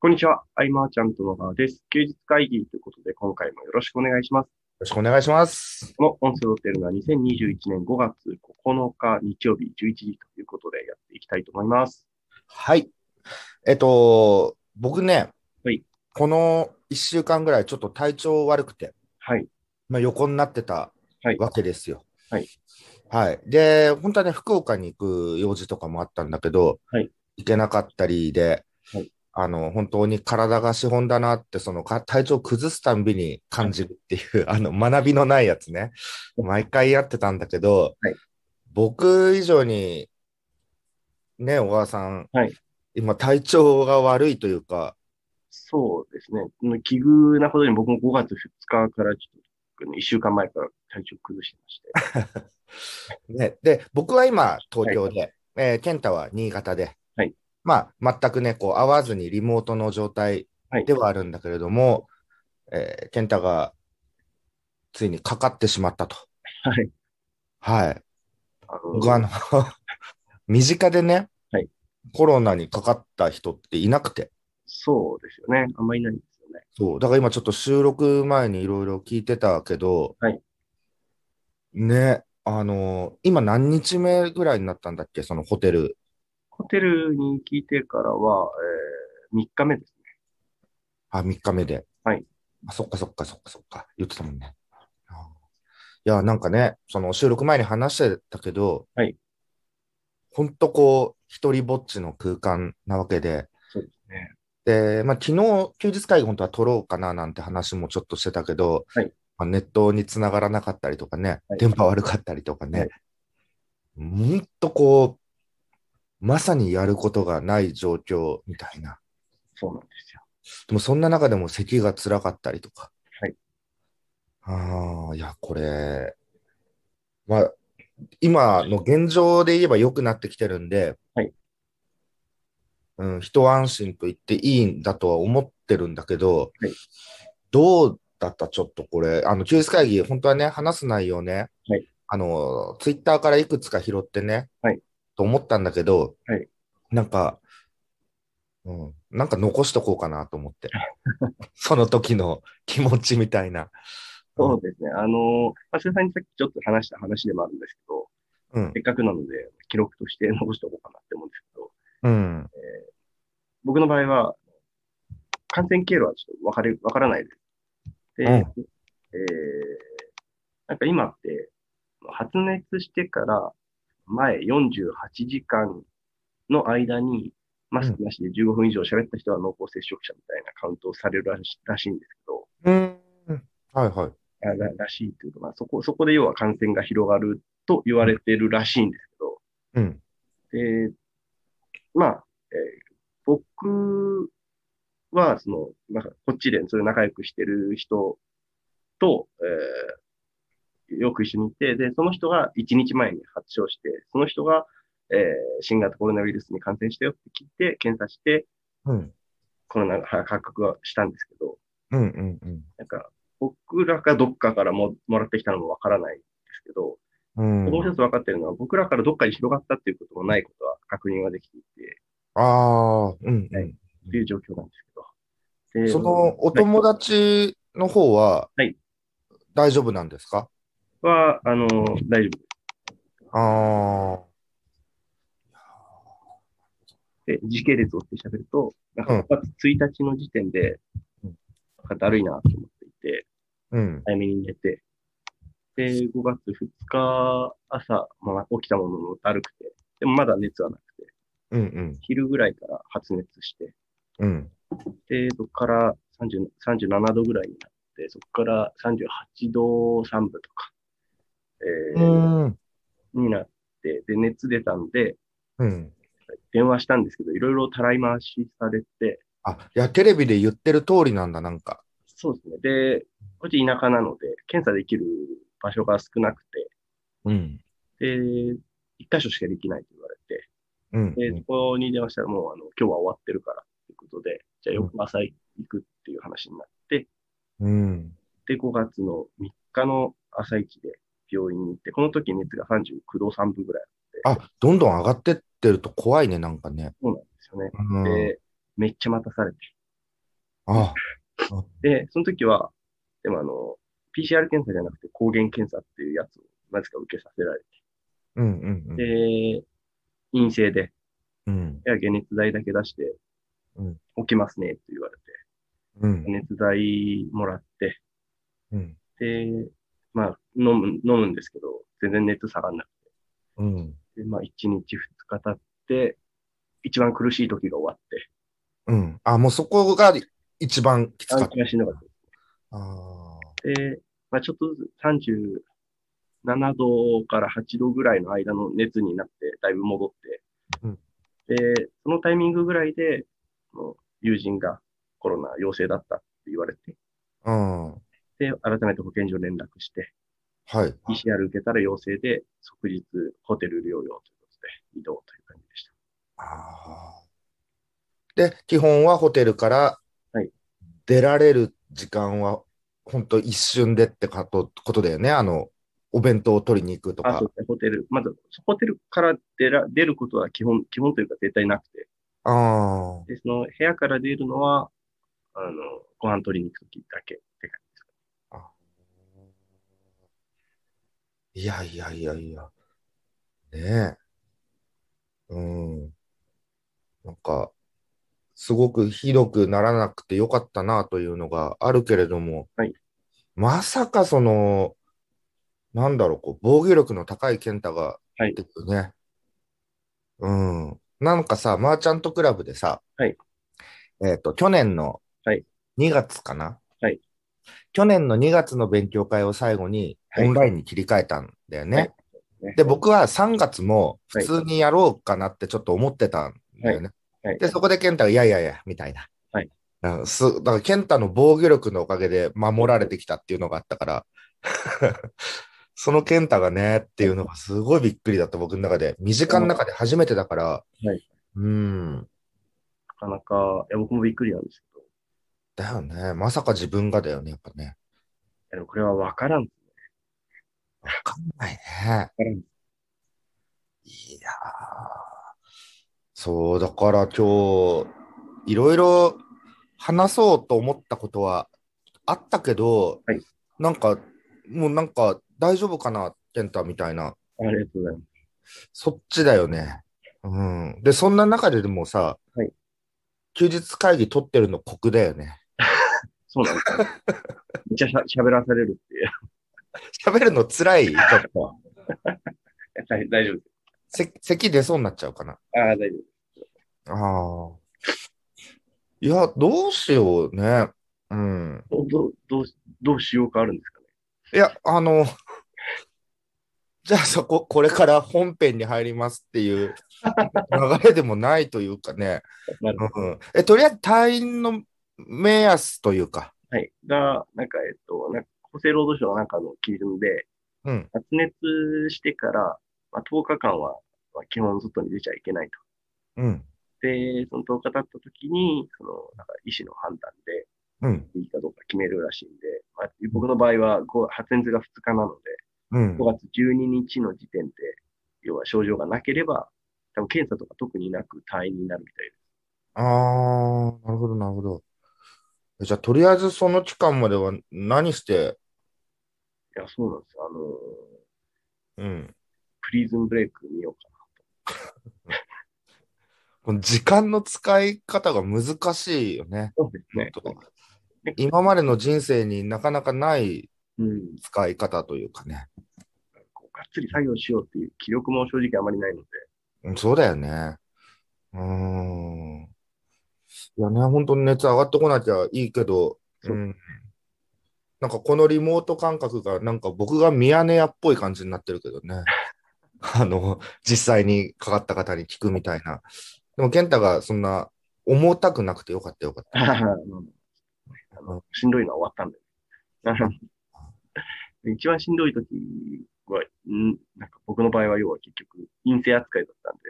こんにちは。アイマーちゃんと野川です。休日会議ということで、今回もよろしくお願いします。ろしくお願いします。この音声を撮っているのは2021年5月9日日曜日11時ということでやっていきたいと思います。はい。えっと、僕ね、はいこの1週間ぐらいちょっと体調悪くて、はい。まあ、横になってたはいわけですよ。はいはいで、本当はね、福岡に行く用事とかもあったんだけど、はい行けなかったりで、はいあの本当に体が資本だなって、そのか体調崩すたんびに感じるっていう、あの学びのないやつね、毎回やってたんだけど、はい僕以上に、ね、小川さん、はい今、体調が悪いというか、そうですね。この奇遇なことに僕も5月2日からちょっと1週間前から体調崩してまして。ね、で、僕は今、東京で、えー健太は新潟で、はいまあ、全くね、こう、会わずにリモートの状態はいではあるんだけれども、えー健太がついにかかってしまったと。はい。はい。あの僕はあの、 身近でね、はいコロナにかかった人っていなくて、そうですよね。あんまりいないんですよね。そう、だから今ちょっと収録前にいろいろ聞いてたけど、はいね、あの今何日目ぐらいになったんだっけ、そのホテル。ホテルに聞いてからは、えー、3日目ですね。あ、3日目で。はいあ。そっかそっかそっかそっか。言ってたもんね。あいや、なんかね、その収録前に話してたけど、はいほんとこう、一人ぼっちの空間なわけで、そうですね。で、まあ、昨日、休日会議本当は撮ろうかななんて話もちょっとしてたけど、はいまあ、ネットにつながらなかったりとかね、はい電波悪かったりとかはねい、ほんとこう、まさにやることがない状況みたいな。そうなんですよ。でもそんな中でも咳が辛かったりとか。はい。ああ、いや、これ、まあ、今の現状で言えば良くなってきてるんで、はい。うん、一安心と言っていいんだとは思ってるんだけど、はいどうだったちょっとこれ、あの、休日会議、本当はね、話す内容ね、はい。あの、ツイッターからいくつか拾ってね、はい。と思ったんだけど、はい。なんか、うん、なんか残しとこうかなと思って。 その時の気持ちみたいな。そうですね。あの、橋田さんにさっきちょっと話した話でもあるんですけど、うんせ。っかくなので記録として残しておこうかなって思うんですけど、うん。僕の場合は、感染経路はちょっとわかれ、わからないです。で、うんえー、なんか今って、発熱してから前48時間の間に、マスクなしで15分以上喋った人は濃厚接触者みたいなカウントをされるらしらしいんですけど、うん。はいはい。あららしいというか、まあ、そこ、そこで要は感染が広がると言われてるらしいんですうん。けど、で、まあ、えー僕は、その、なんかこっちでそれ仲良くしてる人と、えーよく一緒にいて、で、その人が1日前に発症して、その人が、えー新型コロナウイルスに感染したよって聞いて、検査して、うん。コロナが発覚はしたんですけど、うんうんうん。なんか、僕らがどっかからももらってきたのもわからないんですけど、うん、もう一つ分かってるのは、僕らからどっかに広がったっていうこともないことは確認ができていて、ああ、うん、はういという状況なんですけん。ど。そのお友達達の方ははい大丈夫なんですか、は、あの、大丈夫あで、時系列を追って喋ると、なんうかん5月1日の時点で、うんなんかだるいなと思っていて、あ、うん。早めに寝て、で、5月2日朝、まあ、起きたもののだるくて、でもまだ熱はなくて、うんうん。昼ぐらいから発熱して、うん。で、そこから30 37度ぐらいになって、そこから38度3分とか、えーうん。になって、で、熱出たんで、うん。電話したんですけど、いろいろたらい回しされて、あ、いや、テレビで言ってる通りなんだ、なんか。そうですね。で、こっち田舎なので、検査できる場所が少なくうん。て、で、一箇所しかできないと言われて、うん。で、そこに電話したらもう、あの、今日は終わってるから、ということで、じゃあ翌朝行くっていう話になって、うん。で、5月の3日の朝一で病院に行って、この時熱が39度3分ぐらいあ、どんどん上がってってると怖いね、なんかね。そうなんですよね。うん。で、めっちゃ待たされて、あで、その時は、でもあの、PCR 検査じゃなくて抗原検査っていうやつをなぜか受けさせられうんうんうん。て、で、陰性で、うんいや、解熱剤だけ出してうん、起きますねって言われて、うん解熱剤もらって、うんで、まあ、飲む、飲むんですけど、全然熱下がんなくうんて、まあ、1日2日経って、一番苦しい時が終わって、うん。あ、もうそこが一番きつか暗っ記がしんどかった。た。あで、まあ、ちょっとずつ37度から8度ぐらいの間の熱になって、だいぶ戻って、うんで、そのタイミングぐらいで、その友人がコロナ陽性だったって言われて、あ。うん。はで、改めて保健所連絡して、い。 PCR 受けたら陽性で、即日ホテル療養ということで、移動という感じでした。あーで、基本はホテルからはい出られる時間は、本当一瞬でってかとことだよね。あの、お弁当を取りに行くとあ、かそう。ですね、ホテル、まず、ホテルから出ら出ることは基本、基本というか絶対なくて、ああ。で、その部屋から出るのは、あの、ご飯取りに行くときだけって感じです。いやいやいやいや。ねえ。うん。なんか、すごくひどくならなくてよかったなというのがあるけれども、はいまさかその、なんだろう、こう防御力の高い健太が、はいっていうね。うん。なんかさ、マーチャントクラブでさ、はいえっと、去年のはい2月かな、はい去年の2月の勉強会を最後にはいオンラインに切り替えたんだよね。はいねで、僕は3月も普通にやろうかなってちょっと思ってたんだよね。はいで、そこで健太が、いやいやいや、みたいな。はいうんすだから、健太の防御力のおかげで守られてきたっていうのがあったから、 その健太がね、っていうのがすごいびっくりだった、僕の中で。身近の中で初めてだから、はいうん。なかなか、いや、僕もびっくりなんですけど、いだよね。まさか自分がだよね、やっぱね。やでもこれはわからん。わかんないね。からんいやーそう、だから今日、いろいろ話そうと思ったことはあったけど、はいなんか、もうなんか大丈夫かな、健太みたいな、ありがとうございます。そっちだよね。うん。で、そんな中ででもさ、はい休日会議取ってるの酷だよね。そうなんです よ。めっちゃしゃ喋らされるっていう。喋るの辛いちょっと。 大大丈夫でせ咳出そうになっちゃうかな。す。ああ、大丈夫です。ああ。いや、どうしようね。うん。どう、どうどうし、どうしようかあるんですかね。いや、あの、 じゃあそこ、これから本編に入りますっていう流れでもないというかね。 なるほど。うん、えとりあえず退院の目安というか。はい。が、なんか、えっと、なんか厚生労働省のなんかの基準で、うん。発熱してから、まあ、10日間は、まあ、基本外に出ちゃいけないと。うん。で、その10日経った時に、その、なんか医師の判断で、うん。いいかどうか決めるらしいんで、まあ、僕の場合は、こう発熱が2日なので、うん5。月12日の時点で、要は症状がなければ、多分検査とか特になく退院になるみたいです。ああ、なるほど、なるほど。じゃあ、とりあえずその期間までは何して、いや、そうなんですよ。あのー、うん。プリズンブレイク見ようかこの時間の使い方が難しいよね。な。そうですね。 今までの人生になかなかないうん。使い方というかね。こうがっつり作業しようっていう気力も正直あまり ないので、うんそうだよね。うーん。いやね、本当に熱上がってこなきゃいいけど、そううん。なんかこのリモート感覚が、なんか僕がミヤネ屋っぽい感じになってるけどね。 あの、実際にかかった方に聞くみたいな。でも、健太がそんな重たくなくてよかったよかった。 あのあのしんどいのは終わったん で。一番しんどい時は、んなんか僕の場合は要は結局陰性扱いだったんで、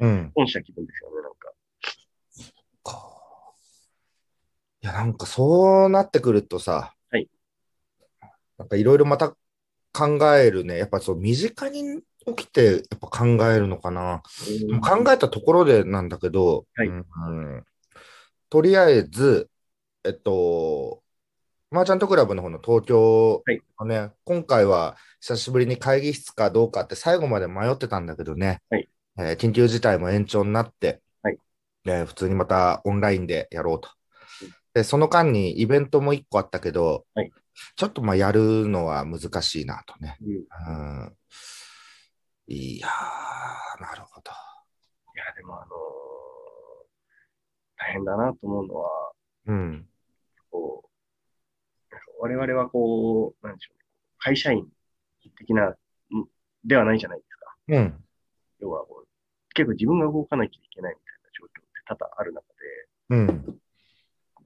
うん。本社気分ですよね、なんか。かいや、なんかそうなってくるとさ、はいなんかいろいろまた考えるね。やっぱそう、身近に起きて、やっぱ考えるのかな。でも考えたところでなんだけど、はいうんとりあえず、えっと、マーチャントクラブの方の東京はいのね、今回は久しぶりに会議室かどうかって最後まで迷ってたんだけどね、はいえー緊急事態も延長になって、はいえー普通にまたオンラインでやろうとうん。で、その間にイベントも1個あったけど、はいちょっとまあやるのは難しいなとね。うん、いうん、いやー、なるほど。や、でも、あのー大変だなと思うのは、うん、こう、我々はこう、なんでしょうね、会社員的な、んではないじゃないですか。うん、要はこう、結構自分が動かなきゃいけないみたいな状況って多々ある中うん。で、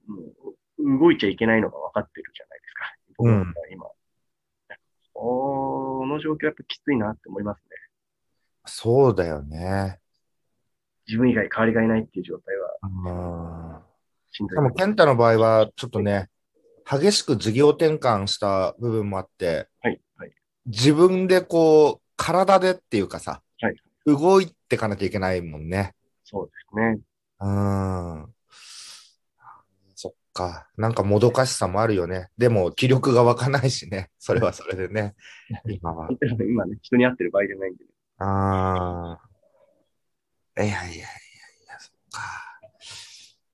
もう動いちゃいけないのが分かってるじゃないですか。僕うんは今、この状況やっぱきついなって思いますね。そうだよね。自分以外代わりがいないっていう状態はうんしんどいでも、健太の場合は、ちょっとね、激しく事業転換した部分もあって、はい、はい、自分でこう、体でっていうかさ、はい動いてかなきゃいけないもんね。そうですね。うん。そっか。なんかもどかしさもあるよね。でも、気力が湧かないしね。それはそれで ね。今は。本当に今ね、人に会ってる場合じゃないんで、ね、ああ。いやいやいやいや、そっ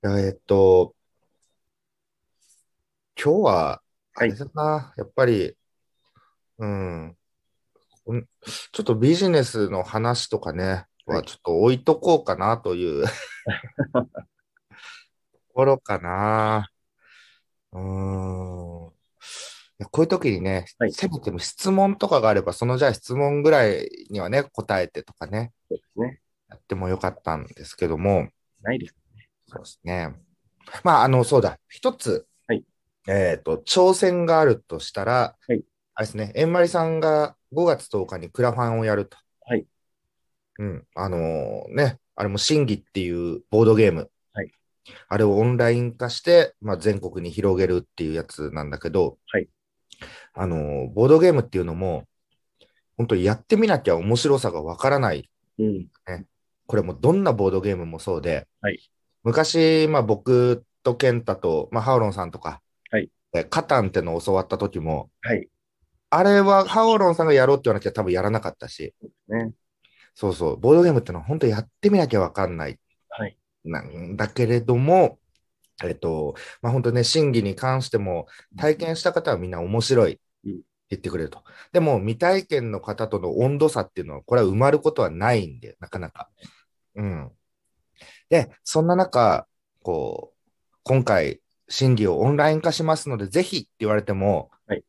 か。えっと、今日は、あはいれだな、やっぱり、うん、うんちょっとビジネスの話とかね、ははいちょっと置いとこうかなという ところかな。うん。いやこういう時にね、はいせめても質問とかがあれば、そのじゃあ質問ぐらいにはね、答えてとかね、そうですね。やってもよかったんですけども、ないです。そうですね。まあ、あの、そうだ、一つ、はいえっ、と、挑戦があるとしたら、はいあれですね、えんまりさんが5月10日にクラファンをやると。はいうん、あのね、あれも審議っていうボードゲーム。はいあれをオンライン化して、まあ、全国に広げるっていうやつなんだけど、はいあのボードゲームっていうのも、本当にやってみなきゃ面白さがわからないうん。これもどんなボードゲームもそうで、はい昔、まあ、僕と健太と、まあ、ハオロンさんとか、はいえカタンってのを教わった時も、はい。あれはハオロンさんがやろうって言わなきゃ多分やらなかったし、ね。そうそう、ボードゲームってのは本当やってみなきゃわかんない。はい。なんだけれども、えっと、まあ、本当ね、審議に関しても、体験した方はみんな面白いってうん言ってくれると。でも、未体験の方との温度差っていうのは、これは埋まることはないんで、なかなか。うん。で、そんな中、こう、今回、審議をオンライン化しますので、ぜひって言われてもはい、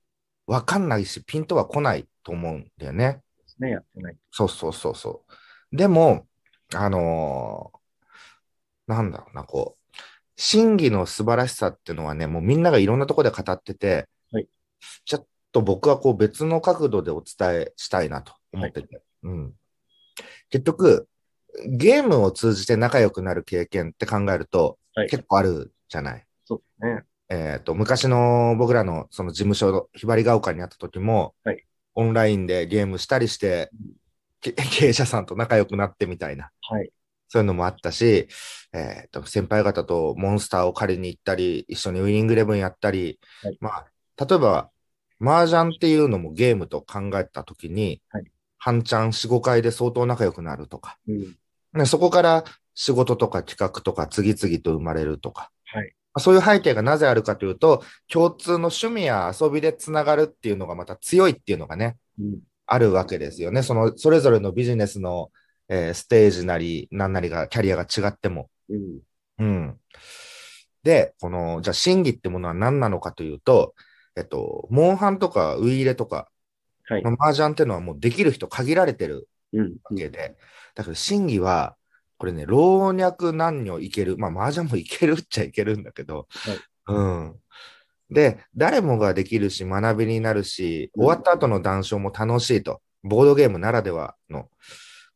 わかんないし、ピンとは来ないと思うんだよでね。すね、やってない。そうそうそうそう。でも、あのーなんだろうな、こう、真偽の素晴らしさっていうのはね、もうみんながいろんなところで語ってて、はいちょっと僕はこう別の角度でお伝えしたいなと思ってて。うん、結局、ゲームを通じて仲良くなる経験って考えると、はい結構あるじゃない。そうですね。えっと、昔の僕らのその事務所のひばりが丘にあった時も、はいオンラインでゲームしたりして、け 経営者さんと仲良くなってみたいな、はい。そういうのもあったし、えっと、先輩方とモンスターを借りに行ったり、一緒にウイニングイレブンやったり、はいまあ、例えば、麻雀っていうのもゲームと考えた時に、はい半チャン4、5回で相当仲良くなるとか、うん。ね、そこから仕事とか企画とか次々と生まれるとか、はいまあそういう背景がなぜあるかというと、共通の趣味や遊びでつながるっていうのがまた強いっていうのがね、うん。あるわけですよね。そのそれぞれのビジネスの、えーステージなり、なんなりが、キャリアが違っても。うん。うん。で、この、じゃあ、審議ってものは何なのかというと、えっと、モンハンとかウイイレとか、はい。まあ麻雀っていうのはもうできる人限られてるうん。わけで、だから審議は、これね、老若男女いける、まあ、麻雀もいけるっちゃいけるんだけど、はいうん。で、誰もができるし、学びになるし、うん終わった後の談笑も楽しいと、ボードゲームならではの、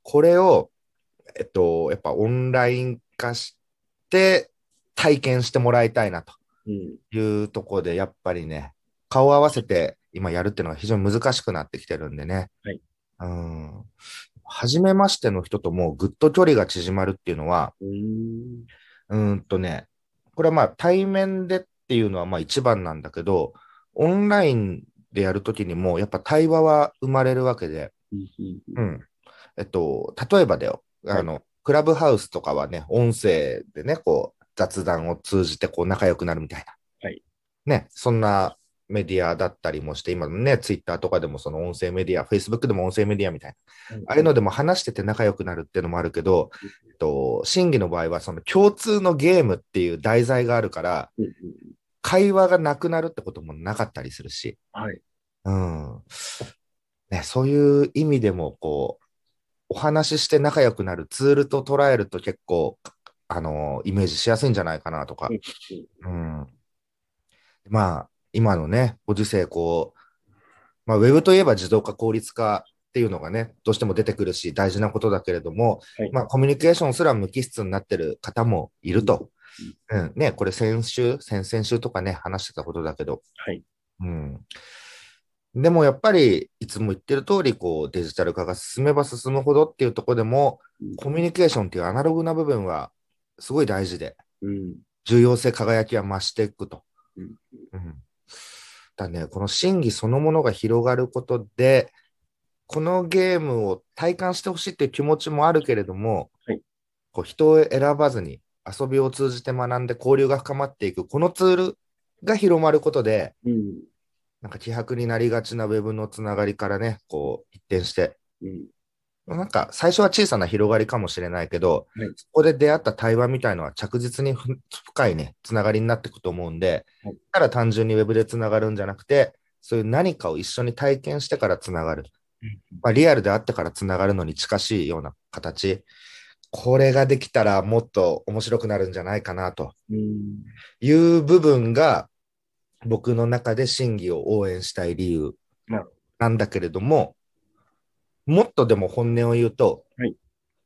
これを、えっと、やっぱオンライン化して、体験してもらいたいなとうん。いうところで、やっぱりね、顔を合わせて今やるっていうのは非常に難しくなってきてるんでね。はい。うん。初めましての人ともうぐっと距離が縮まるっていうのは、うん。うーんとね、これはまあ対面でっていうのはまあ一番なんだけど、オンラインでやるときにも、やっぱ対話は生まれるわけで、うん。えっと、例えばだよ、あの、クラブハウスとかはね、音声でね、こう、雑談を通じて、こう、仲良くなるみたいな。はい。ね、そんなメディアだったりもして、今のね、ツイッターとかでもその音声メディア、Facebook でも音声メディアみたいな、ああいうのでも話してて仲良くなるっていうのもあるけど、えっと、審議の場合は、その共通のゲームっていう題材があるから、うんうん会話がなくなるってこともなかったりするし、はい。うん。ね、そういう意味でも、こう、お話しして仲良くなるツールと捉えると結構、あのイメージしやすいんじゃないかなとか。うん。まあ、今のね、ご時世、こう、まあ、ウェブといえば自動化、効率化っていうのがね、どうしても出てくるし、大事なことだけれども、はいまあ、コミュニケーションすら無機質になってる方もいると。うん、ね、これ先週、先々週とかね、話してたことだけど。はい。うん。でもやっぱり、いつも言ってる通り、こう、デジタル化が進めば進むほどっていうところでも、コミュニケーションっていうアナログな部分は、すごい大事で、うん。重要性、輝きは増していくと。うんうんだね、この審議そのものが広がることで、このゲームを体感してほしいっていう気持ちもあるけれども、はいこう人を選ばずに遊びを通じて学んで交流が深まっていく、このツールが広まることで、うん。なんか希薄になりがちなウェブのつながりからね、こう一転して、うん。なんか最初は小さな広がりかもしれないけど、はいそこで出会った対話みたいのは着実にふ深いね、つながりになっていくと思うんで、はいただ単純にウェブでつながるんじゃなくて、そういう何かを一緒に体験してからつながる。うんまあ、リアルであってからつながるのに近しいような形。これができたらもっと面白くなるんじゃないかなとうん。いう部分が僕の中で審議を応援したい理由なるほなんだけれども、もっとでも本音を言うと、はい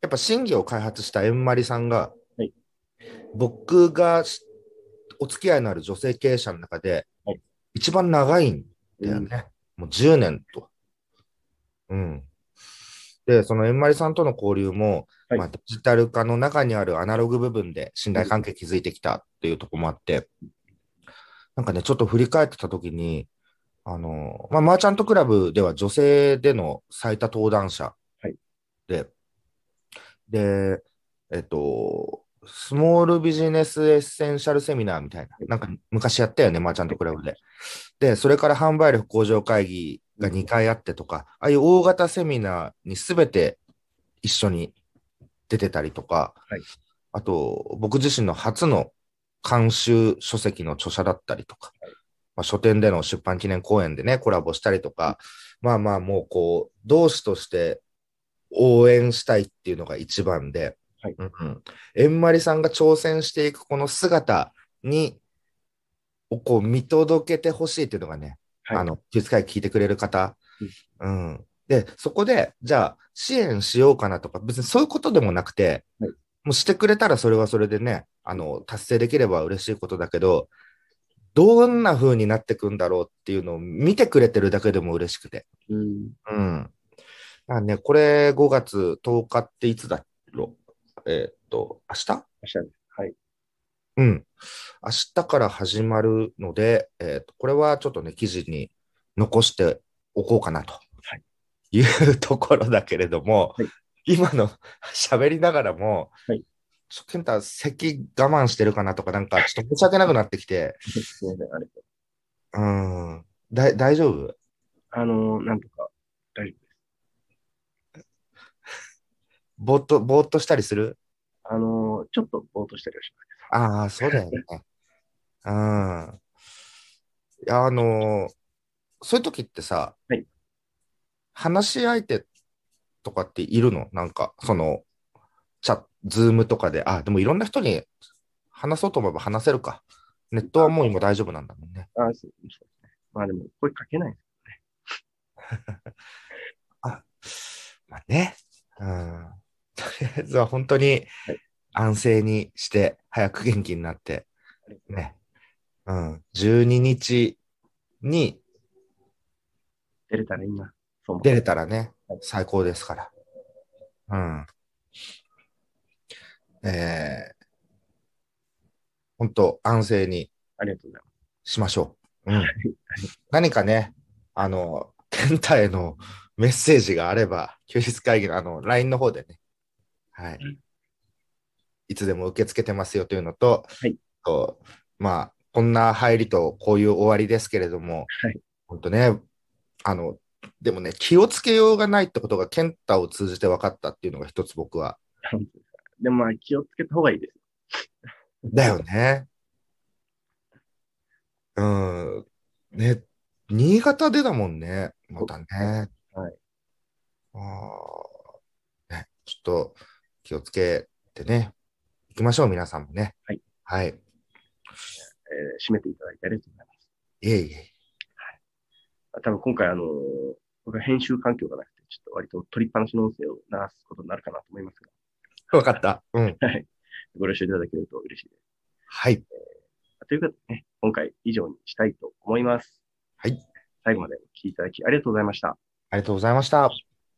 やっぱ審議を開発した円まりさんが、はい僕がしお付き合いのある女性経営者の中ではい、一番長いんだよね。もう10年と。うん。で、その円まりさんとの交流も、はいまあ、デジタル化の中にあるアナログ部分で信頼関係築いてきたっていうところもあって、なんかね、ちょっと振り返ってたときに、あの、まあ、マーチャントクラブでは女性での最多登壇者はいで、で、えっと、スモールビジネスエッセンシャルセミナーみたいな、なんか昔やったよね、マーチャントクラブで。で、それから販売力向上会議が2回あってとか、ああいう大型セミナーにすべて一緒に出てたりとか、はいあと、僕自身の初の監修書籍の著者だったりとか、まあ、書店での出版記念講演でね、コラボしたりとか、まあまあもうこう、同志として応援したいっていうのが一番で、はいうんうん、えんまりさんが挑戦していくこの姿に、をこう見届けてほしいっていうのがね、はいあの、気遣い聞いてくれる方、うん。で、そこで、じゃあ、支援しようかなとか、別にそういうことでもなくて、はいもうしてくれたらそれはそれでね、あの、達成できれば嬉しいことだけど、どんな風になってくんだろうっていうのを見てくれてるだけでも嬉しくて。うん。うん。だからね、これ5月10日っていつだろうえーっと、明日明日です。はい。うん。明日から始まるので、えーと、これはちょっとね、記事に残しておこうかなとはいいうところだけれども、はい今の 喋りながらも、はいちょ、健太、咳我慢してるかなとか、なんかちょっと申し訳なくなってきて、すいません、あれ。うん、だ、大丈夫あのー、なんとか、大丈夫です。ぼーっと、ぼーっとしたりするあのー、ちょっとぼーっとしたりはしああ、そうだ よね。うん。いや、あのーそういう時ってさ、はい話し相手とかっているのなんか、その、チャット、ズームとかで、あ、でもいろんな人に話そうと思えば話せるか。ネットはもう今大丈夫なんだもんね。ます。あーそうそうですね。まあでも、声かけないです。あ、まあね。うん。とりあえずは本当にはい安静にして、早く元気になってありがとう、ございね。うん。12日に出れたらいいな。そう思う出れたらねはい、最高ですから。うん。えー、本当安静にありがとうございます。しましょう。うん。何かね、あの、健太へのメッセージがあれば、休日会議のあの、LINE の方でね、はいん。いつでも受け付けてますよというのと、はいとまあ、こんな入りとこういう終わりですけれども、はい本当ね、あの、でもね、気をつけようがないってことが健太を通じて分かったっていうのが一つ僕は。でもまあ気をつけた方がいいです。だよね。うん。ね、新潟でだもんね、またね。はい。ああ。ね、ちょっと気をつけてね、行きましょう、皆さんもね。はい。はい。えー締めていただいてありがとうございます。いえいえ。多分今回あのー僕は編集環境がなくて、ちょっと割と取りっぱなしの音声を流すことになるかなと思いますわかった。うん。が、はい。ご了承いただけると嬉しいです。はい。ということでね、今回以上にしたいと思います。はい。最後までお聞きいただきありがとうございました。ありがとうございました。